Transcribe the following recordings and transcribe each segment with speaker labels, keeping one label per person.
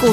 Speaker 1: 股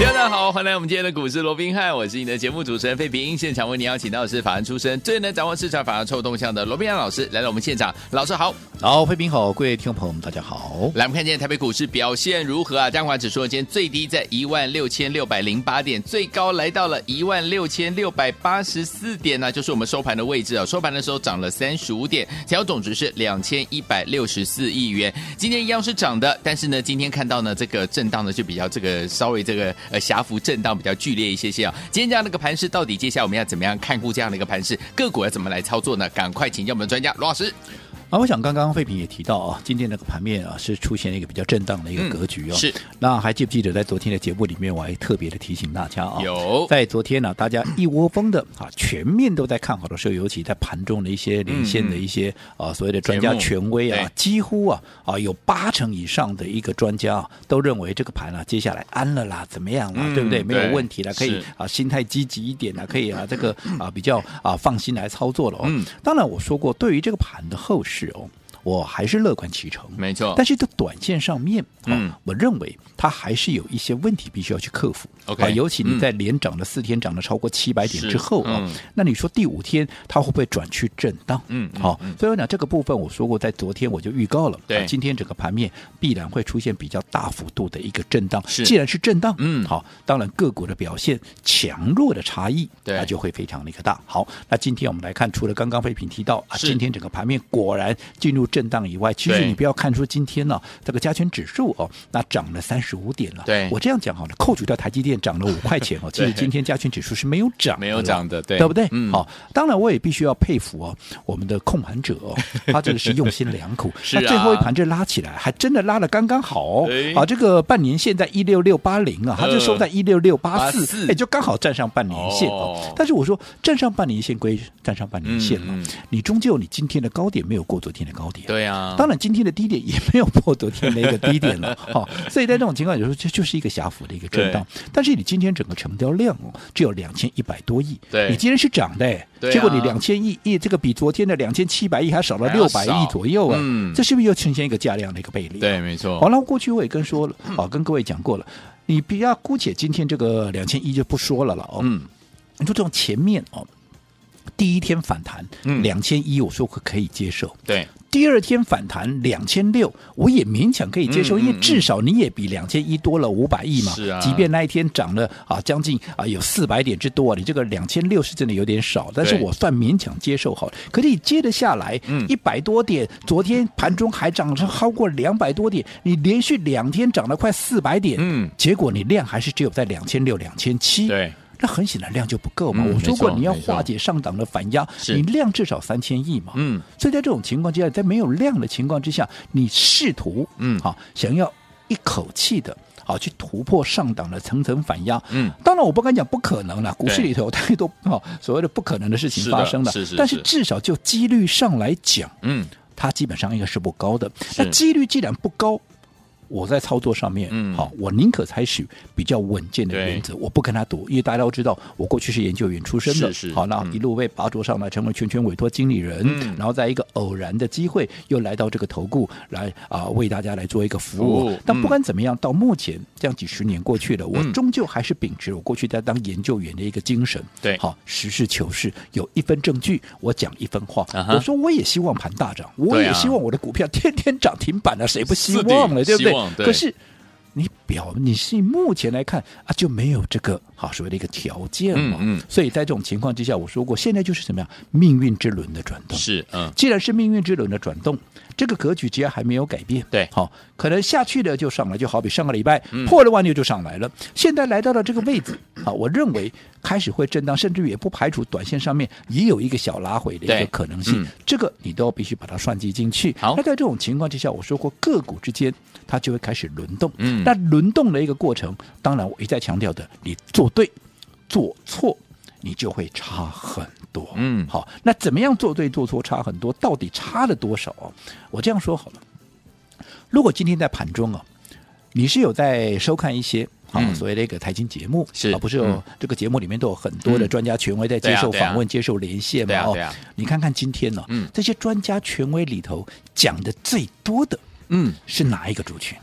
Speaker 2: 大家好，欢迎来我们今天的股市罗宾汉，我是你的节目主持人费平。现场为你邀请到的是法案出身、最能掌握市场法案臭动向的罗宾汉老师来到我们现场。老师好，
Speaker 3: 好，飞平好，各位听众朋友们，大家好。
Speaker 2: 来我们看今天台北股市表现如何啊？加权指数今天最低在一万六千六百零八点，最高来到了一万六千六百八十四点呢、啊就是我们收盘的位置啊。收盘的时候涨了三十五点，成交总值是两千一百六十四亿元。今天一样是涨的，但是呢，今天看到呢这个震荡呢就比较这个稍微这个呃狭幅震荡比较剧烈一些些啊。今天这样的一个盘势，到底接下来我们要怎么样看顾这样的一个盘势？个股要怎么来操作呢？赶快请教我们的专家罗老师。
Speaker 3: 啊，我想刚刚费平也提到啊，今天那个盘面啊是出现了一个比较震荡的一个格局哦。
Speaker 2: 嗯是。
Speaker 3: 那还记不记得在昨天的节目里面，我还特别的提醒大家啊，
Speaker 2: 有
Speaker 3: 在昨天呢、大家一窝蜂的啊，全面都在看好的时候，尤其在盘中的一些连线的一些、啊所谓的专家
Speaker 2: 嗯节目
Speaker 3: 权威
Speaker 2: 对
Speaker 3: 啊，几乎啊啊有八成以上的一个专家啊都认为这个盘啊接下来安了啦，怎么样啦，
Speaker 2: 嗯
Speaker 3: 对不对？没
Speaker 2: 对
Speaker 3: 有问题了，可以
Speaker 2: 是
Speaker 3: 啊心态积极一点啦，可以啊这个啊比较啊放心来操作了哦。
Speaker 2: 嗯
Speaker 3: 当然我说过，对于这个盘的后市哦，我还是乐观其成。
Speaker 2: 没错
Speaker 3: 但是在短线上面，啊
Speaker 2: 嗯
Speaker 3: 我认为它还是有一些问题必须要去克服。
Speaker 2: OK，
Speaker 3: 啊尤其
Speaker 2: 嗯
Speaker 3: 你在连涨了四天，涨了超过七百点
Speaker 2: 是
Speaker 3: 之后啊、
Speaker 2: 嗯
Speaker 3: 那你说第五天它会不会转去震荡？
Speaker 2: 嗯嗯
Speaker 3: 好、所以我讲这个部分，我说过在昨天我就预告了，
Speaker 2: 对
Speaker 3: 啊今天整个盘面必然会出现比较大幅度的一个震荡。
Speaker 2: 是
Speaker 3: 既然是震荡，
Speaker 2: 嗯
Speaker 3: 好，当然个股的表现强弱的差异，
Speaker 2: 对
Speaker 3: 那就会非常的一个大。好，那今天我们来看，除了刚刚废品提到啊，
Speaker 2: 是
Speaker 3: 今天整个盘面果然进入震荡以外，其实
Speaker 2: 对
Speaker 3: 你不要看出今天呢、这个加权指数哦，那涨了三十五点了。
Speaker 2: 对
Speaker 3: 我这样讲好了，扣除掉台积电 涨了五块钱哦，其实
Speaker 2: 对
Speaker 3: 今天加权指数是没有涨的
Speaker 2: 没
Speaker 3: 啦，
Speaker 2: 有涨的对
Speaker 3: 对不对？
Speaker 2: 嗯
Speaker 3: 好，当然我也必须要佩服哦，我们的控盘者 哦，他真的是用心良苦。
Speaker 2: 是啊
Speaker 3: 那最后一盘这拉起来，还真的拉的刚刚好哦
Speaker 2: 哎呃
Speaker 3: 啊，这个半年线在一六六八零啊，它就收在一六六八四，
Speaker 2: 84
Speaker 3: 哎，就刚好站上半年线
Speaker 2: 哦
Speaker 3: 哦。但是我说站上半年线归站上半年线了
Speaker 2: 嗯嗯，
Speaker 3: 你终究你今天的高点没有过昨天的高点，
Speaker 2: 对啊，
Speaker 3: 当然，今天的低点也没有破昨天的一个低点 了，哈、所以在这种情况，有时候这就是一个狭幅的一个震荡。但是你今天整个成交量哦，只有两千一百多亿，
Speaker 2: 对
Speaker 3: 你今天是涨的、哎
Speaker 2: 对啊
Speaker 3: 结果你两千亿亿，这个比昨天的两千七百亿还少
Speaker 2: 还
Speaker 3: 了
Speaker 2: 要
Speaker 3: 六
Speaker 2: 少
Speaker 3: 百亿左右啊，
Speaker 2: 嗯
Speaker 3: 这是不是又呈现一个价量的一个背离？
Speaker 2: 对，没嗯错，
Speaker 3: 好了，过去我也跟说了，啊，跟各位讲过了，你不要姑且今天这个两千一就不说了了哦。
Speaker 2: 嗯，
Speaker 3: 你说这种前面哦，第一天反弹
Speaker 2: 嗯
Speaker 3: 两千一，2100我说可可以接受。
Speaker 2: 对，
Speaker 3: 第二天反弹两千六，我也勉强可以接
Speaker 2: 嗯
Speaker 3: 受，
Speaker 2: 嗯
Speaker 3: 因为至少你也比两千一多了五百亿嘛。
Speaker 2: 是啊
Speaker 3: 即便那一天涨了啊，将近啊有四百点之多、啊，你这个两千六是真的有点少，但是
Speaker 2: 对
Speaker 3: 我算勉强接受好了。可是你接着下来，
Speaker 2: 嗯
Speaker 3: 一百多点，昨天盘中还涨了超过两百多点，你连续两天涨了快四百点，
Speaker 2: 嗯
Speaker 3: 结果你量还是只有在两千六、两千七，
Speaker 2: 对。
Speaker 3: 那很显然量就不够嘛。
Speaker 2: 嗯
Speaker 3: 我说
Speaker 2: 没
Speaker 3: 过
Speaker 2: 错
Speaker 3: 你要
Speaker 2: 没错
Speaker 3: 化解上档的反压，
Speaker 2: 是
Speaker 3: 你量至少三千亿嘛。
Speaker 2: 嗯，
Speaker 3: 所以在这种情况之下，在没有量的情况之下，你试图
Speaker 2: 嗯
Speaker 3: 好、想要一口气的。好，去突破上档的层层反压。
Speaker 2: 嗯，
Speaker 3: 当然我不敢讲不可能了，股市
Speaker 2: 对
Speaker 3: 里头有太多哦所谓的不可能的事
Speaker 2: 是
Speaker 3: 情
Speaker 2: 的
Speaker 3: 发生了。
Speaker 2: 是是
Speaker 3: 但是
Speaker 2: 是
Speaker 3: 至少就几率上来讲，
Speaker 2: 嗯，
Speaker 3: 它基本上应该是不高的。
Speaker 2: 是
Speaker 3: 那几率既然不高，我在操作上面，
Speaker 2: 嗯
Speaker 3: 好，我宁可采取比较稳健的原则，我不跟他赌，因为大家都知道，我过去是研究员出身的，
Speaker 2: 是是
Speaker 3: 好，那
Speaker 2: 嗯
Speaker 3: 一路被拔擢上来，成为全权委托经理人，
Speaker 2: 嗯
Speaker 3: 然后在一个偶然的机会，又来到这个投顾来啊、为大家来做一个服务。
Speaker 2: 服务
Speaker 3: 但
Speaker 2: 嗯
Speaker 3: 不管怎么样，到目前这样几十年过去了，我
Speaker 2: 嗯
Speaker 3: 终究还是秉持我过去在当研究员的一个精神，
Speaker 2: 对
Speaker 3: 好，实事求是，有一分证据，我讲一分话，
Speaker 2: 啊哈
Speaker 3: 我说我也希望盘大涨，我
Speaker 2: 对啊
Speaker 3: 也希望我的股票天天涨停板啊，谁不希
Speaker 2: 是的
Speaker 3: 望了，对不
Speaker 2: 希望对
Speaker 3: 对？可是你表你是目前来看啊，就没有这个好所谓的一个条件嘛。
Speaker 2: 嗯嗯
Speaker 3: 所以在这种情况之下，我说过，现在就是什么样命运之轮的转动。
Speaker 2: 是，嗯，
Speaker 3: 既然是命运之轮的转动，这个格局既然还没有改变，
Speaker 2: 对嗯
Speaker 3: 好、可能下去了就上来，就好比上个礼拜、破了万六就上来了，现在来到了这个位置， 啊，我认为开始会震荡，甚至也不排除短线上面也有一个小拉回的一
Speaker 2: 对
Speaker 3: 个可能性，
Speaker 2: 嗯
Speaker 3: 这个你都要必须把它算计进去。
Speaker 2: 好
Speaker 3: 那在这种情况之下，我说过个股之间它就会开始轮动，
Speaker 2: 嗯
Speaker 3: 那轮动的一个过程，当然我一再强调的，你做对做错，你就会差很多，
Speaker 2: 嗯
Speaker 3: 好，那怎么样做对做错差很多？到底差了多少啊？我这样说好了，如果今天在盘中啊，你是有在收看一些。好
Speaker 2: 嗯，
Speaker 3: 所谓的一个财经节目
Speaker 2: 是
Speaker 3: 啊，不是有
Speaker 2: 嗯
Speaker 3: 这个节目里面都有很多的
Speaker 2: 嗯
Speaker 3: 专家权威在
Speaker 2: 对
Speaker 3: 接
Speaker 2: 啊
Speaker 3: 受
Speaker 2: 对啊
Speaker 3: 访问、接受连线嘛
Speaker 2: 对？啊
Speaker 3: 哦
Speaker 2: 对啊，
Speaker 3: 你看看今天呢
Speaker 2: 嗯，
Speaker 3: 这些专家权威里头讲的最多的
Speaker 2: 嗯，
Speaker 3: 是哪一个族群？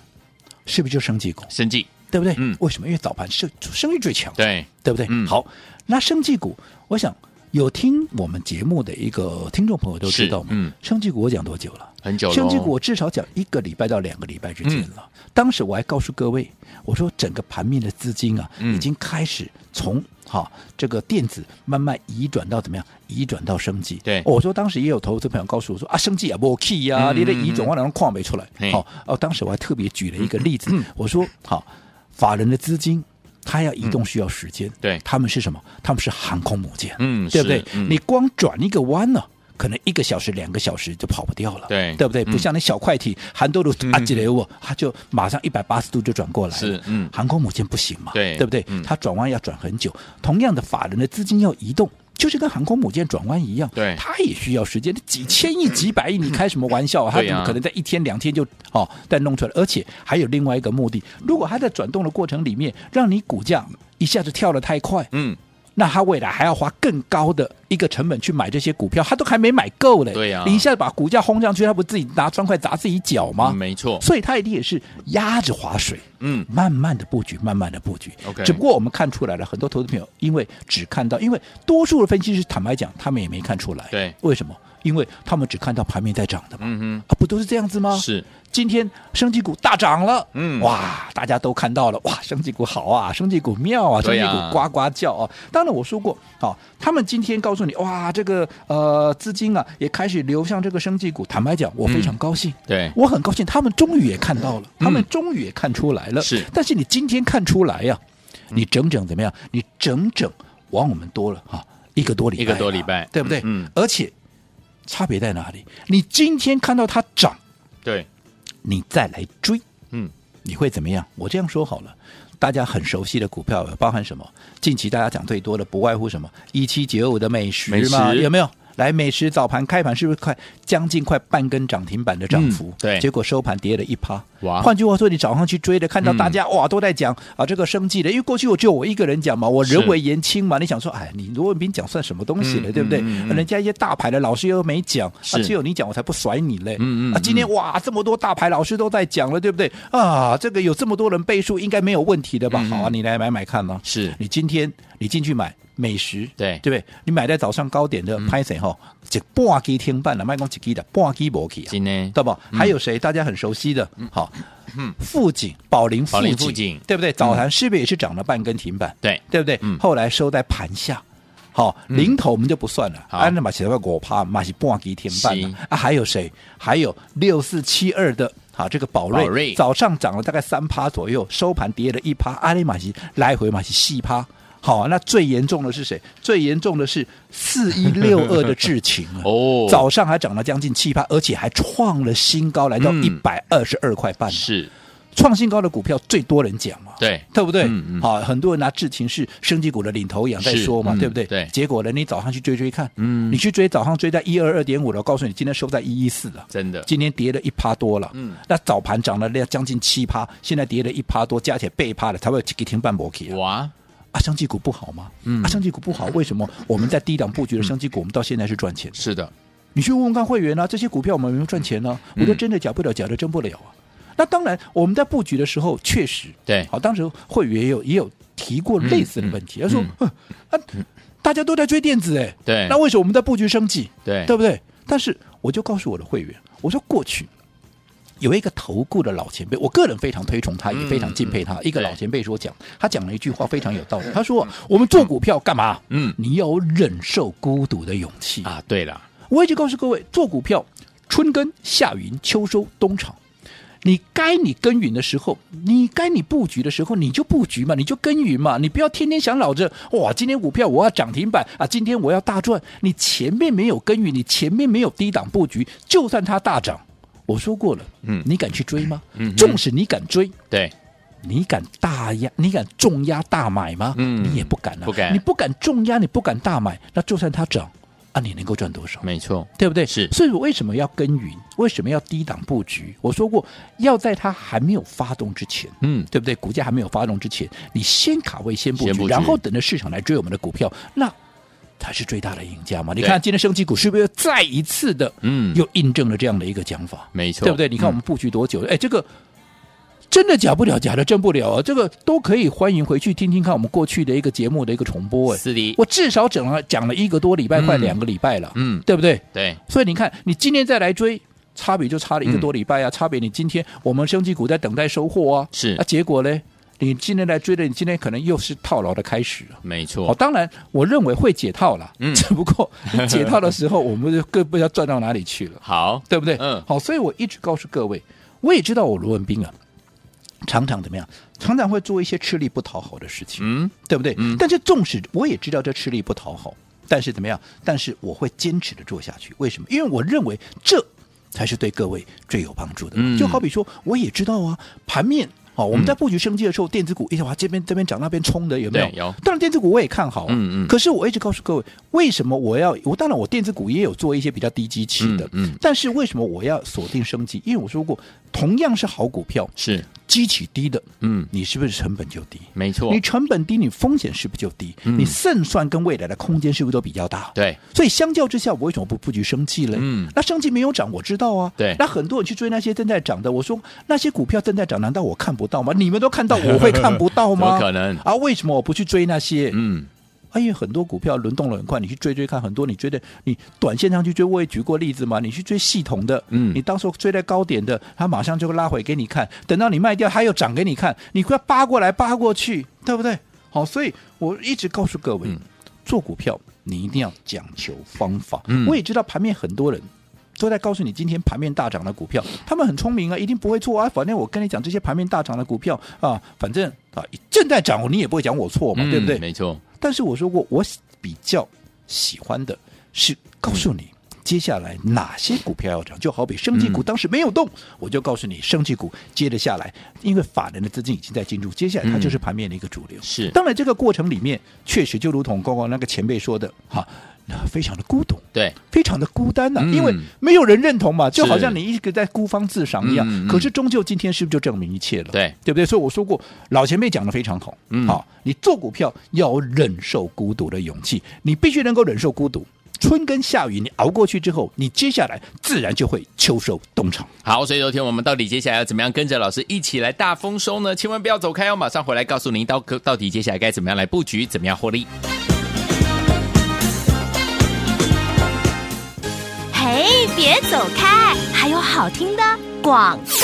Speaker 3: 是不是就生技股？
Speaker 2: 生计，
Speaker 3: 对不对？
Speaker 2: 嗯
Speaker 3: 为什么？因为早盘是生意最强，
Speaker 2: 对，
Speaker 3: 对不对？
Speaker 2: 嗯
Speaker 3: 好，那生技股，我想有听我们节目的一个听众朋友都知道嘛，
Speaker 2: 是嗯
Speaker 3: 生技股我讲多久了？
Speaker 2: 很久了哦，
Speaker 3: 生技股我至少讲一个礼拜到两个礼拜之间了。当时我还告诉各位，我说整个盘面的资金啊，
Speaker 2: 嗯
Speaker 3: 已经开始从哈、这个电子慢慢移转到怎么样？移转到生技。
Speaker 2: 对
Speaker 3: 哦我说当时也有投资朋友告诉我说啊，生技啊，不 key 啊，
Speaker 2: 嗯
Speaker 3: 你的移转我两个矿没出来
Speaker 2: 嘿。
Speaker 3: 好、哦，当时我还特别举了一个例子，我说好、法人的资金。他要移动需要时间，
Speaker 2: 对
Speaker 3: 他们是什么？他们是航空母舰，
Speaker 2: 嗯
Speaker 3: 对不
Speaker 2: 是
Speaker 3: 对？
Speaker 2: 嗯
Speaker 3: 你光转一个弯呢、可能一个小时、两个小时就跑不掉了，
Speaker 2: 对
Speaker 3: 对不对？
Speaker 2: 嗯
Speaker 3: 不像那小快艇，韩多鲁啊阿吉雷沃，它就马上一百八十度就转过来了。
Speaker 2: 是嗯
Speaker 3: 航空母舰不行嘛，
Speaker 2: 对
Speaker 3: 对不对
Speaker 2: 嗯？
Speaker 3: 它转弯要转很久。同样的，法人的资金要移动。就是跟航空母舰转弯一样，
Speaker 2: 对
Speaker 3: 它也需要时间，几千亿、几百亿，你开什么玩笑啊？它
Speaker 2: 对
Speaker 3: 怎
Speaker 2: 呀
Speaker 3: 么可能在一天两天就哦再弄出来？而且还有另外一个目的，如果它在转动的过程里面，让你股价一下子跳得太快，
Speaker 2: 嗯，
Speaker 3: 那他未来还要花更高的一个成本去买这些股票，他都还没买够嘞。
Speaker 2: 对呀
Speaker 3: 你一下子把股价轰上去，他不自己拿砖块砸自己脚吗？
Speaker 2: 嗯没错，
Speaker 3: 所以他一定也是压着划水，
Speaker 2: 嗯，
Speaker 3: 慢慢的布局，慢慢的布局。
Speaker 2: OK
Speaker 3: 只不过我们看出来了，很多投资朋友因为只看到，因为多数的分析师坦白讲，他们也没看出来。
Speaker 2: 对
Speaker 3: 为什么？因为他们只看到盘面在涨的嘛。
Speaker 2: 嗯
Speaker 3: 啊，不都是这样子吗？
Speaker 2: 哼，。是，
Speaker 3: 今天生技股大涨了，
Speaker 2: 嗯
Speaker 3: 哇，大家都看到了，哇，生技股好啊，生技股妙啊，生
Speaker 2: 对
Speaker 3: 技
Speaker 2: 呀
Speaker 3: 股呱呱叫啊。当然我说过，好、他们今天告诉你，哇，这个呃资金啊也开始流向这个生技股。坦白讲，我非
Speaker 2: 嗯
Speaker 3: 常高兴。
Speaker 2: 对，
Speaker 3: 我很高兴，他们终于也看到了，他们终于也看出来
Speaker 2: 嗯
Speaker 3: 了。
Speaker 2: 是嗯
Speaker 3: 但是你今天看出来呀、你整整怎么样？你整整往我们多了哈、一个多礼拜了，
Speaker 2: 一个多礼拜
Speaker 3: 对不对？
Speaker 2: 嗯嗯
Speaker 3: 而且差别在哪里？你今天看到它涨，
Speaker 2: 对，
Speaker 3: 你再来追，
Speaker 2: 嗯，
Speaker 3: 你会怎么样？我这样说好了，大家很熟悉的股票包含什么？近期大家讲最多的不外乎什么一七九五的美
Speaker 2: 美
Speaker 3: 食
Speaker 2: 食
Speaker 3: 嘛，有没有？来，美食早盘开盘是不是快将近快半根涨停板的涨幅？
Speaker 2: 嗯对
Speaker 3: 结果收盘跌了一趴。
Speaker 2: 哇嗯
Speaker 3: 换句话说，你早上去追的，看到大家、哇都在讲啊这个生计的，因为过去我只有我一个人讲嘛，我人
Speaker 2: 是
Speaker 3: 为言轻嘛。你想说，哎，你罗文斌讲算什么东西了，
Speaker 2: 嗯
Speaker 3: 对不对？
Speaker 2: 嗯嗯嗯
Speaker 3: 人家一些大牌的老师又没讲，
Speaker 2: 是
Speaker 3: 啊，只有你讲，我才不甩你嘞。
Speaker 2: 嗯嗯
Speaker 3: 啊，今天哇，这么多大牌老师都在讲了，对不对？啊，这个有这么多人背书，应该没有问题的吧？
Speaker 2: 嗯嗯
Speaker 3: 好啊，你来买买看呢、
Speaker 2: 是，
Speaker 3: 你今天你进去买美食，
Speaker 2: 对嗯
Speaker 3: 对不对？你买在早上高点的拍谁吼，一半基天半了，卖光几基的，半基不基啊，
Speaker 2: 今天
Speaker 3: 对不？还有谁？大家很熟悉的，好，富锦、宝林、
Speaker 2: 嗯宝
Speaker 3: 富
Speaker 2: 林嗯
Speaker 3: 锦，
Speaker 2: 富锦
Speaker 3: 对不对？早盘是不是也是涨了半根停板？
Speaker 2: 对
Speaker 3: 对不对
Speaker 2: 嗯？
Speaker 3: 后来收在盘下。好，零头我们就不算了，啊
Speaker 2: 好
Speaker 3: 安那马写到果趴，马是半基天半了
Speaker 2: 是
Speaker 3: 啊，还有谁？还有六四七二的，好这个宝
Speaker 2: 宝瑞，
Speaker 3: 瑞，早上涨了大概三趴左右，收盘跌了一趴，阿里马是来回马是细趴。好，那最严重的是谁？最严重的是四一六二的智勤啊
Speaker 2: 哦
Speaker 3: 早上还涨了将近七趴，而且还创了新高，来到一
Speaker 2: 嗯
Speaker 3: 百二十二块半、
Speaker 2: 是，
Speaker 3: 创新高的股票最多人讲嘛，
Speaker 2: 对
Speaker 3: 对不对？好、
Speaker 2: 嗯嗯
Speaker 3: 很多人拿智勤是升级股的领头羊在
Speaker 2: 是
Speaker 3: 说嘛，
Speaker 2: 嗯
Speaker 3: 对不对？
Speaker 2: 对
Speaker 3: 结果呢，你早上去追追看，
Speaker 2: 嗯
Speaker 3: 你去追早上追在一二二点五了，我告诉你，今天收在一一四了。
Speaker 2: 真的，
Speaker 3: 今天跌了一趴多了，
Speaker 2: 嗯，
Speaker 3: 那早盘涨了将近七趴，现在跌了一趴多，加起来倍趴了，才会一停半波起啊。
Speaker 2: 哇，
Speaker 3: 啊，生技股不好吗？
Speaker 2: 嗯
Speaker 3: 啊，生技股不好，为什么？我们在低档布局的生技股，我们到现在是赚钱的。
Speaker 2: 是的，
Speaker 3: 你去问问看会员啊，这些股票我们有没有赚钱呢、
Speaker 2: 嗯
Speaker 3: 我说真的假不了，假的真不了啊。那当然，我们在布局的时候确实，
Speaker 2: 对，
Speaker 3: 好，当时会员也有也有提过类似的问题，他说
Speaker 2: 嗯，
Speaker 3: 哼啊，大家都在追电子哎，
Speaker 2: 对
Speaker 3: 那为什么我们在布局升级，
Speaker 2: 对，
Speaker 3: 对不对？但是我就告诉我的会员，我说过去。有一个投顾的老前辈，我个人非常推崇他，也非常敬佩他。一个
Speaker 2: 嗯对
Speaker 3: 老前辈说讲，他讲了一句话非常有道理。他说：“我们做股票干嘛？
Speaker 2: 嗯
Speaker 3: 你要有忍受孤独的勇气
Speaker 2: 啊，对了，
Speaker 3: 我一直告诉各位，做股票，春耕、夏耘、秋收、冬藏。你该你耕耘的时候，你该你布局的时候，你就布局嘛，你就耕耘嘛，你不要天天想老着哇，今天股票我要涨停板啊，今天我要大赚。你前面没有耕耘，你前面没有低档布局，就算它大涨，我说过了，
Speaker 2: 嗯
Speaker 3: 你敢去追吗？
Speaker 2: 嗯哼
Speaker 3: 纵使你敢追，
Speaker 2: 对，
Speaker 3: 你敢大压？你敢重压大买吗？
Speaker 2: 嗯
Speaker 3: 你也不敢啊，
Speaker 2: 不敢
Speaker 3: 你不敢重压，你不敢大买，那就算它涨，啊，你能够赚多少？
Speaker 2: 没错，
Speaker 3: 对不对？
Speaker 2: 是
Speaker 3: 所以我为什么要耕耘？为什么要低档布局？我说过，要在它还没有发动之前，
Speaker 2: 嗯，
Speaker 3: 对不对？股价还没有发动之前，你先卡位，先布局，
Speaker 2: 先布局
Speaker 3: 然后等着市场来追我们的股票，那才是最大的赢家嘛。你
Speaker 2: 对
Speaker 3: 看今天升级股是不是又再一次的，
Speaker 2: 嗯
Speaker 3: 又印证了这样的一个讲法，
Speaker 2: 没错，嗯
Speaker 3: 对不对？你看我们布局多久了？哎、这个。真的假不了，假的真不了啊！这个都可以，欢迎回去听听看我们过去的一个节目的一个重播。
Speaker 2: 嗯，
Speaker 3: 哎，
Speaker 2: 四迪，
Speaker 3: 我至少讲了讲了一个多礼拜，快
Speaker 2: 嗯
Speaker 3: 两个礼拜了，
Speaker 2: 嗯，
Speaker 3: 对不对？
Speaker 2: 对，
Speaker 3: 所以你看，你今天再来追，差别就差了一个多礼拜啊，差别你今天我们升级股在等待收获啊，
Speaker 2: 嗯是
Speaker 3: 啊，结果呢，你今天来追的，你今天可能又是套牢的开始啊。
Speaker 2: 没
Speaker 3: 哦，
Speaker 2: 错，
Speaker 3: 当然，我认为会解套了，
Speaker 2: 嗯
Speaker 3: 只不过解套的时候，我们就更不知道赚到哪里去 了，
Speaker 2: 好，
Speaker 3: 对不对？
Speaker 2: 嗯
Speaker 3: 好，所以我一直告诉各位，我也知道我罗文斌啊，常常怎么样，常常会做一些吃力不讨好的事情，
Speaker 2: 嗯，
Speaker 3: 对不对？
Speaker 2: 嗯
Speaker 3: 但是纵使我也知道这吃力不讨好，但是怎么样？但是我会坚持的做下去。为什么？因为我认为这才是对各位最有帮助的。
Speaker 2: 嗯
Speaker 3: 就好比说，我也知道啊，盘面。哦，我们在布局升级的时候，电子股一直往这边这边涨那边冲的，有没有？
Speaker 2: 对有
Speaker 3: 当然，电子股我也看好、啊。
Speaker 2: 嗯嗯
Speaker 3: 可是我一直告诉各位，为什么我要？我当然，我电子股也有做一些比较低基期的。
Speaker 2: 嗯嗯
Speaker 3: 但是为什么我要锁定升级？因为我说过，同样是好股票，
Speaker 2: 是，
Speaker 3: 基期低的，
Speaker 2: 嗯，
Speaker 3: 你是不是成本就低？
Speaker 2: 没错
Speaker 3: 你，成本低，你风险是不是就低？
Speaker 2: 嗯
Speaker 3: 你胜算跟未来的空间是不是都比较大？。
Speaker 2: 对，
Speaker 3: 所以相较之下，我为什么不布局生计嘞？
Speaker 2: 嗯
Speaker 3: 那生计没有涨，我知道啊。
Speaker 2: 对
Speaker 3: 那很多人去追那些正在涨的，我说那些股票正在涨，难道我看不到吗？你们都看到，我会看不到
Speaker 2: 怎
Speaker 3: 吗？
Speaker 2: 么可能
Speaker 3: 啊？为什么我不去追那些？
Speaker 2: 嗯，
Speaker 3: 哎呀，很多股票轮动的很快，你去追追看，很多你追的，你短线上去追，我也举过例子嘛，你去追系统的，
Speaker 2: 嗯
Speaker 3: 你到时候追在高点的，它马上就拉回给你看，等到你卖掉，它又涨给你看，你快扒过来扒过去，对不对？好，所以我一直告诉各位，
Speaker 2: 嗯
Speaker 3: 做股票你一定要讲求方法。
Speaker 2: 嗯
Speaker 3: 我也知道盘面很多人。都在告诉你，今天盘面大涨的股票，他们很聪明啊，一定不会错啊。反正我跟你讲，这些盘面大涨的股票啊，反正啊正在涨，你也不会讲我错嘛，
Speaker 2: 嗯
Speaker 3: 对不对？
Speaker 2: 没错，
Speaker 3: 但是我说过，我比较喜欢的是告诉你。接下来哪些股票要涨？就好比生技股
Speaker 2: 嗯
Speaker 3: 当时没有动，我就告诉你，生技股接着下来，因为法人的资金已经在进入，接下来它
Speaker 2: 嗯
Speaker 3: 就是盘面的一个主流。
Speaker 2: 是，
Speaker 3: 当然，这个过程里面确实就如同刚刚那个前辈说的，哈、那非常的孤独，
Speaker 2: 对，
Speaker 3: 非常的孤单呐、啊
Speaker 2: 嗯
Speaker 3: 因为没有人认同嘛，就好像
Speaker 2: 是
Speaker 3: 你一直在孤芳自赏一样。
Speaker 2: 嗯嗯
Speaker 3: 可是终究今天是不是就证明一切了？
Speaker 2: 对
Speaker 3: 对不对？所以我说过，老前辈讲的非常好，
Speaker 2: 嗯
Speaker 3: 好，你做股票要有忍受孤独的勇气，你必须能够忍受孤独。春耕夏雨，你熬过去之后，你接下来自然就会秋收冬藏。
Speaker 2: 好，所以昨天我们到底接下来要怎么样跟着老师一起来大丰收呢？千万不要走开哦，马上回来告诉您到到底接下来该怎么样来布局，怎么样获利。
Speaker 1: 嘿，别走开，还有好听的广告。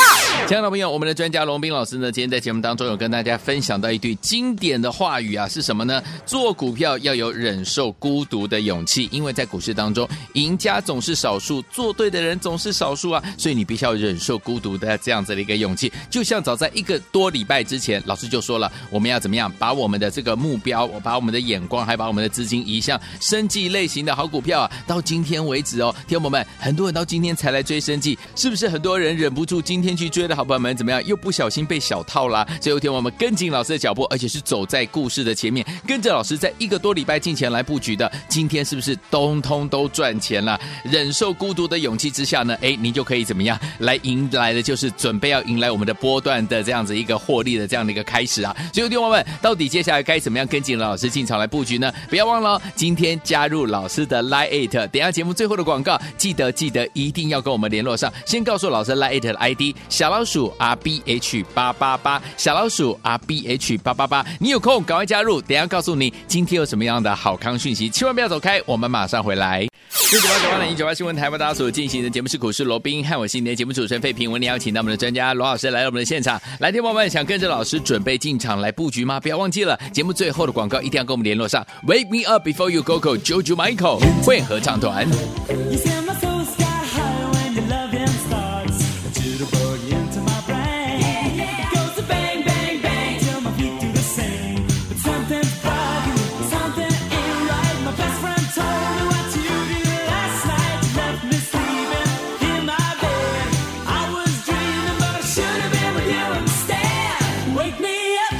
Speaker 2: 亲爱的朋友，我们的专家龙斌老师呢，今天在节目当中有跟大家分享到一句经典的话语啊，是什么呢？做股票要有忍受孤独的勇气，因为在股市当中，赢家总是少数，做对的人总是少数啊，所以你必须要忍受孤独的这样子的一个勇气。就像早在一个多礼拜之前，老师就说了，我们要怎么样把我们的这个目标，我把我们的眼光，还把我们的资金移向生计类型的好股票啊。到今天为止哦，听众朋友们，很多人到今天才来追生计，是不是很多人忍不住今天去追的好朋友们怎么样，又不小心被小套啦？所以有天我们跟紧老师的脚步，而且是走在故事的前面，跟着老师在一个多礼拜进前来布局的，今天是不是通通都赚钱了？忍受孤独的勇气之下呢，哎，您就可以怎么样来迎来的就是准备要迎来我们的波段的这样子一个获利的这样的一个开始啊。所以，听众朋友们，到底接下来该怎么样跟紧老师进场来布局呢？不要忘了哦，今天加入老师的 Line It，等一下节目最后的广告，记得记得一定要跟我们联络上，先告诉老师 Line It 的 ID 小老鼠 R B H 八八八，小老鼠 R B H 八八八，你有空赶快加入，等一下告诉你今天有什么样的好康讯息，千万不要走开，我们马上回来。六九八九八零一九八新闻台为大家所进行的节目是股市罗宾和我是你的节目主持人费平，我们邀请到我们的专家罗老师来到我们的现场。来，听众朋友们，想跟着老师准备进场来布局吗？不要忘记了，节目最后的广告一定要跟我们联络上。Wake me up before you go go，j o j o Michael 混合唱团。
Speaker 4: You say my soul sky high when your loving starts. A jitterbug into my brain. It goes to bang, bang, bang till my feet do the same. But something's bugging, something ain't right. My best friend told me what you did last night. You left me sleeping in my bed. I was dreaming, but I should have been with you instead. Wake me up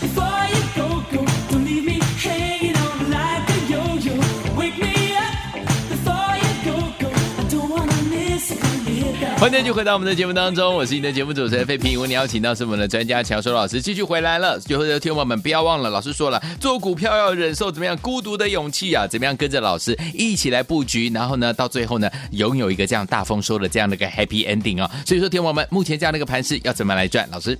Speaker 4: before you go, go. Don't leave me hanging on like a yo-yo. Wake me up. before
Speaker 2: 欢迎继续回到我们的节目当中，我是你的节目主持人费平。为你邀请到是我们的专家乔叔老师继续回来了。最后的听众朋友们，不要忘了，老师说了，做股票要忍受怎么样孤独的勇气啊，怎么样跟着老师一起来布局，然后呢，到最后呢，拥有一个这样大丰收的这样的一个 happy ending 哦。所以说，听众朋友们，目前这样的一个盘势要怎么来赚？老师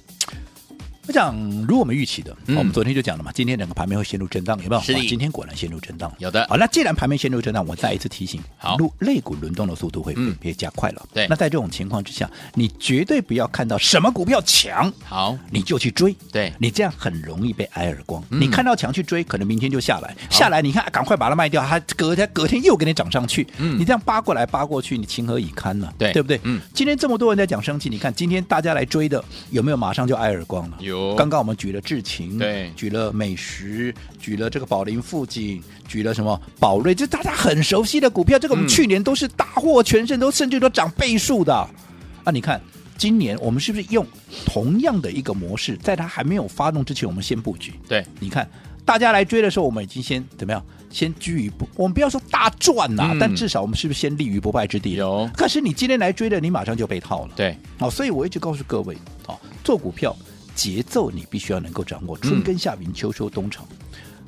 Speaker 3: 我讲，如果我们预期的，哦
Speaker 2: 嗯
Speaker 3: 我们昨天就讲了嘛，今天整个盘面会陷入震荡，有没有？
Speaker 2: 是的
Speaker 3: 哇今天果然陷入震荡。
Speaker 2: 有的
Speaker 3: 好，那既然盘面陷入震荡，我再一次提醒，
Speaker 2: 好
Speaker 3: 入肋股轮动的速度会
Speaker 2: 嗯
Speaker 3: 也加快了。
Speaker 2: 对
Speaker 3: 那在这种情况之下，你绝对不要看到什么股票强，
Speaker 2: 好，
Speaker 3: 你就去追，
Speaker 2: 嗯对
Speaker 3: 你这样很容易被挨耳光。
Speaker 2: 嗯
Speaker 3: 你看到强去追，可能明天就下来，下来你看啊赶快把它卖掉，它隔天隔天又给你涨上去，
Speaker 2: 嗯
Speaker 3: 你这样扒过来扒过去，你情何以堪呢、
Speaker 2: 对
Speaker 3: 对不对？
Speaker 2: 嗯，
Speaker 3: 今天这么多人在讲生气，你看今天大家来追的有没有马上就挨耳光了？
Speaker 2: 有
Speaker 3: 刚刚我们举了智勤，
Speaker 2: 对
Speaker 3: 举了美食，举了这个宝林富锦，举了什么宝瑞，这大家很熟悉的股票，这个我们
Speaker 2: 嗯
Speaker 3: 去年都是大获全胜，都甚至都涨倍数的。啊，你看今年我们是不是用同样的一个模式，在它还没有发动之前，我们先布局？
Speaker 2: 对，
Speaker 3: 你看大家来追的时候，我们已经先怎么样？先居于不，我们不要说大赚呐、
Speaker 2: 嗯
Speaker 3: 但至少我们是不是先立于不败之地了？
Speaker 2: 有
Speaker 3: 可是你今天来追的，你马上就被套了。
Speaker 2: 对，
Speaker 3: 好、哦所以我一直告诉各位，好、做股票节奏你必须要能够掌握，
Speaker 2: 嗯
Speaker 3: 春耕夏耘秋收冬藏，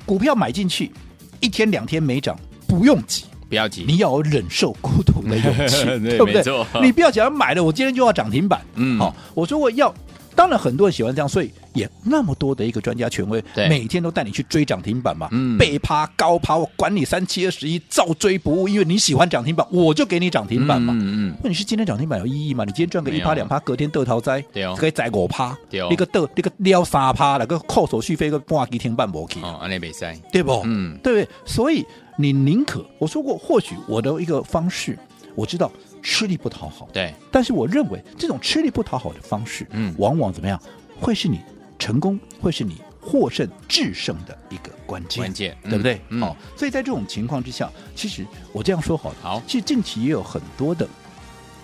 Speaker 3: 股票买进去一天两天没涨。不用急，
Speaker 2: 不要急，
Speaker 3: 你要有忍受孤独的勇气，
Speaker 2: 对
Speaker 3: 对不
Speaker 2: 没
Speaker 3: 对
Speaker 2: 错？
Speaker 3: 你不要想要买了，我今天就要涨停板。
Speaker 2: 嗯
Speaker 3: 好、我说我要，当然很多人喜欢这样，所以也那么多的一个专家权威
Speaker 2: 对，
Speaker 3: 每天都带你去追涨停板嘛，
Speaker 2: 嗯
Speaker 3: 背趴高趴，我管你三七二十一，照追不误，因为你喜欢涨停板，我就给你涨停板嘛。
Speaker 2: 嗯嗯，
Speaker 3: 问题是今天涨停板有意义吗？你今天赚个
Speaker 2: 没
Speaker 3: 一
Speaker 2: 有
Speaker 3: 趴两趴，隔天豆淘灾，
Speaker 2: 对哦
Speaker 3: 可以宰五趴，
Speaker 2: 对哦
Speaker 3: 你个豆你个撩三趴，那个扣手续费个半几天半无去，
Speaker 2: 哦，安内比赛，
Speaker 3: 对不？
Speaker 2: 嗯，
Speaker 3: 对不对？所以你宁可我说过，或许我的一个方式，我知道吃力不讨好，
Speaker 2: 对，
Speaker 3: 但是我认为这种吃力不讨好的方式，
Speaker 2: 嗯
Speaker 3: 往往怎么样，会是你成功，会是你获胜制胜的一个关键，
Speaker 2: 关键嗯
Speaker 3: 对不对？哦
Speaker 2: 嗯
Speaker 3: 好，所以在这种情况之下，其实我这样说好了，
Speaker 2: 好
Speaker 3: 其实近期也有很多的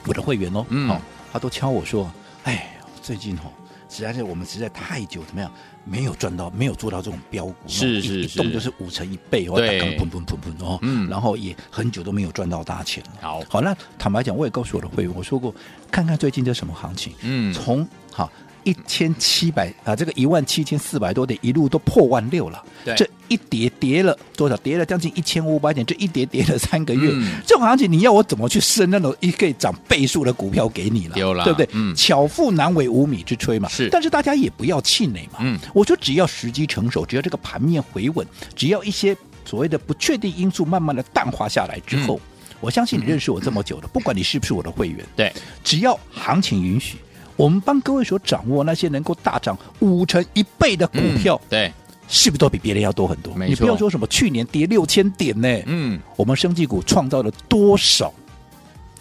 Speaker 3: 我的会员哦，
Speaker 2: 嗯
Speaker 3: 好，他都敲我说，哎，最近哦。实在是我们实在太久怎么样，没有赚到，没有做到这种标股，
Speaker 2: 是
Speaker 3: 一
Speaker 2: 是
Speaker 3: 一动
Speaker 2: 是
Speaker 3: 就是五成一倍哦，
Speaker 2: 对
Speaker 3: 打钢砰砰砰砰哦，
Speaker 2: 嗯
Speaker 3: 然后也很久都没有赚到大钱了。
Speaker 2: 好
Speaker 3: 好，那坦白讲，我也告诉我的会员，我说过，看看最近这什么行情，
Speaker 2: 嗯
Speaker 3: 从好一千七百啊，这个一万七千四百多点一路都破万六了，
Speaker 2: 对
Speaker 3: 这一跌跌了多少？跌了将近一千五百点，这一跌跌了三个月，
Speaker 2: 嗯
Speaker 3: 这种行情你要我怎么去生那种一个涨倍数的股票给你了？
Speaker 2: 丢了
Speaker 3: 对不对？
Speaker 2: 嗯
Speaker 3: 巧妇难为无米之炊嘛。
Speaker 2: 是
Speaker 3: 但是大家也不要气馁嘛。
Speaker 2: 嗯
Speaker 3: 我说只要时机成熟，只要这个盘面回稳，只要一些所谓的不确定因素慢慢的淡化下来之
Speaker 2: 嗯
Speaker 3: 后，我相信你认识我这么久了，不管你是不是我的会员，
Speaker 2: 对，
Speaker 3: 只要行情允许，我们帮各位所掌握那些能够大涨五成一倍的股票，
Speaker 2: 嗯对，
Speaker 3: 是不是都比别人要多很多？
Speaker 2: 没错
Speaker 3: 你不要说什么去年跌六千点呢，
Speaker 2: 嗯，
Speaker 3: 我们生技股创造了多少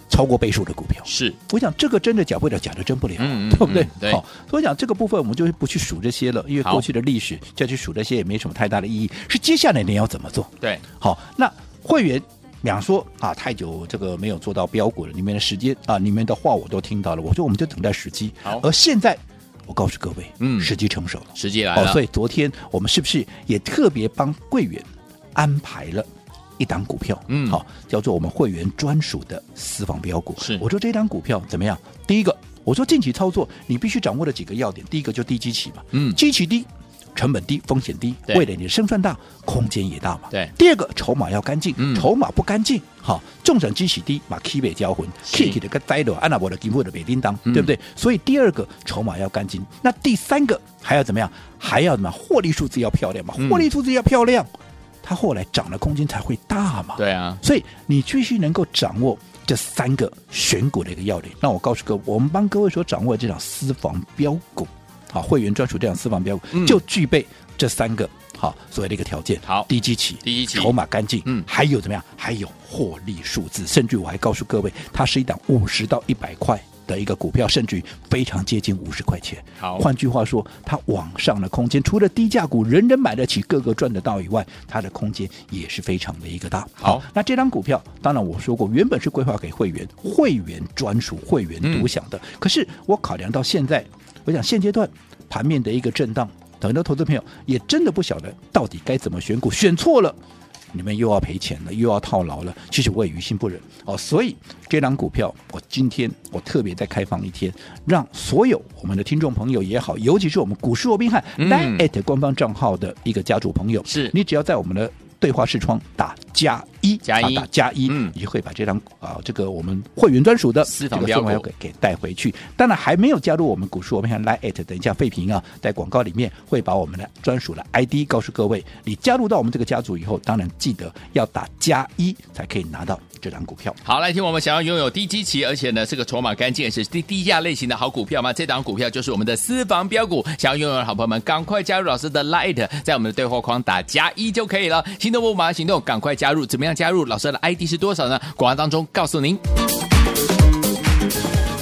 Speaker 3: 超过倍数的股票？
Speaker 2: 是，
Speaker 3: 我想这个真的假不了，假的真不了，
Speaker 2: 嗯嗯
Speaker 3: 对不对
Speaker 2: 嗯？对
Speaker 3: 好，所以讲这个部分我们就不去数这些了，因为
Speaker 2: 好
Speaker 3: 过去的历史再去数这些也没什么太大的意义。是接下来你要怎么做？
Speaker 2: 对，
Speaker 3: 好，那会员两说啊，太久这个没有做到标股了，你们的时间啊，你们的话我都听到了，我说我们就等待时机
Speaker 2: 好。
Speaker 3: 而现在，我告诉各位，
Speaker 2: 嗯
Speaker 3: 时机成熟了。
Speaker 2: 时机来
Speaker 3: 哦，
Speaker 2: 了，
Speaker 3: 所以昨天我们是不是也特别帮会员安排了？一档股票，
Speaker 2: 嗯
Speaker 3: 好，叫做我们会员专属的私房标股。
Speaker 2: 是
Speaker 3: 我说这档股票怎么样？第一个，我说近期操作你必须掌握的几个要点，第一个就低基期嘛，
Speaker 2: 嗯
Speaker 3: 基期低，成本低，风险低，
Speaker 2: 对
Speaker 3: 未来你的胜算大，空间也大嘛。
Speaker 2: 对
Speaker 3: 第二个，筹码要干净，
Speaker 2: 嗯
Speaker 3: 筹码不干净，好，重整基期低，把 key 被交混
Speaker 2: 是
Speaker 3: ，key 的个栽了，按啊那我的金货的北叮当，
Speaker 2: 嗯
Speaker 3: 对不对？所以第二个筹码要干净，那第三个还要怎么样？还要怎么样？获利数字要漂亮嘛，
Speaker 2: 嗯
Speaker 3: 获利数字要漂亮，它后来涨的空间才会大嘛。
Speaker 2: 对啊，
Speaker 3: 所以你必须能够掌握这三个选股的一个要领。那我告诉各位，我们帮各位所掌握的这档私房标股，好，会员专属这档私房标股、
Speaker 2: 嗯
Speaker 3: 就具备这三个好所谓的一个条件。
Speaker 2: 好
Speaker 3: 低基期，
Speaker 2: 低基期
Speaker 3: 筹码干净，
Speaker 2: 嗯
Speaker 3: 还有怎么样？还有获利数字，甚至我还告诉各位，它是一档五十到一百块。的一个股票，甚至于非常接近五十块钱。
Speaker 2: 好
Speaker 3: 换句话说，它往上的空间，除了低价股人人买得起、个个赚得到以外，它的空间也是非常的一个大。
Speaker 2: 好
Speaker 3: 那这张股票，当然我说过，原本是规划给会员，会员专属、会员
Speaker 2: 嗯
Speaker 3: 独享的。可是我考量到现在，我想现阶段盘面的一个震荡，很多投资朋友也真的不晓得到底该怎么选股，选错了。你们又要赔钱了，又要套牢了。其实我也于心不忍哦，所以这档股票我今天我特别再开放一天，让所有我们的听众朋友也好，尤其是我们股市罗宾汉
Speaker 2: 嗯
Speaker 3: Line at 官方账号的一个家族朋友，
Speaker 2: 是
Speaker 3: 你只要在我们的对话视窗打加一，
Speaker 2: 加一
Speaker 3: 啊打加一，
Speaker 2: 嗯
Speaker 3: 你就会把这张啊这个我们会员专属的
Speaker 2: 私房
Speaker 3: 这个
Speaker 2: 标
Speaker 3: 送来
Speaker 2: 股
Speaker 3: 给给带回去。当然还没有加入我们股市，我们看 Line at，等一下费平啊，在广告里面会把我们的专属的 ID 告诉各位。你加入到我们这个家族以后，当然记得要打加一才可以拿到这张股票。
Speaker 2: 好，来听我们想要拥有低基期，而且呢这个筹码干净也是低低价类型的好股票吗？这档股票就是我们的私房标股，想要拥有的好朋友们，赶快加入老师的 Light，在我们的对话框打加一就可以了。心动不马上行动，赶快加入！怎么样加入？老师的 ID 是多少呢？广告当中告诉您。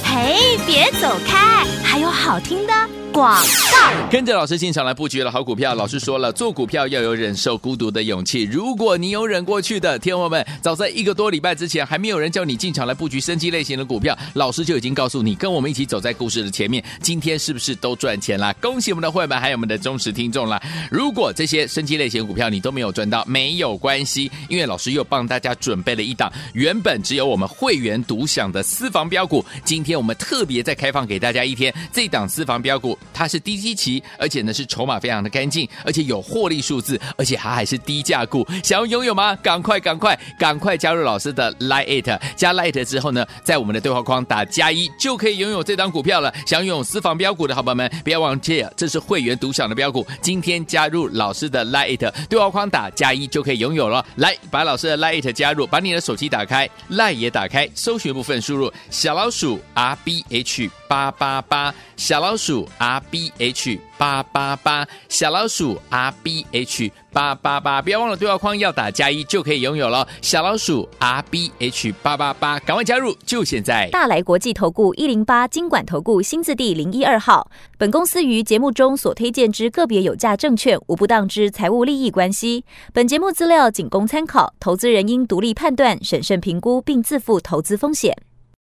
Speaker 1: 嘿，别走开，还有好听的广告。
Speaker 2: 跟着老师进场来布局了好股票。老师说了，做股票要有忍受孤独的勇气。如果你有忍过去的，天王们，早在一个多礼拜之前，还没有人叫你进场来布局升级类型的股票，老师就已经告诉你，跟我们一起走在故事的前面。今天是不是都赚钱啦？恭喜我们的会员们，还有我们的忠实听众啦！如果这些升级类型股票你都没有赚到，没有关系，因为老师又帮大家准备了一档原本只有我们会员独享的私房标股，今天我们特别再开放给大家一天，这档私房标股它是低基期，而且呢是筹码非常的干净，而且有获利数字，而且它还是低价股，想要拥有吗？赶快赶快赶快加入老师的 Lite It，加 Lite 之后呢，在我们的对话框打加一就可以拥有这档股票了。想拥有私房标股的好朋友们，不要忘记啊了，这是会员独享的标股，今天加入老师的 Lite 对话框打加一就可以拥有了。来，把老师的 Lite 加入，把你的手机打开，Lite 也打开，搜寻部分输入小老鼠 R B H 八八八，小老鼠 R B H 八八八，小老鼠 R B H 八八八，不要忘了对话框要打加一就可以拥有了。小老鼠 R B H 八八八，赶快加入，就现在。
Speaker 5: 大来国际投顾一零八金管投顾新字第零一二号。本公司于节目中所推荐之个别有价证券，无不当之财务利益关系。本节目资料仅供参考，投资人应独立判断、审慎评估，并自负投资风险。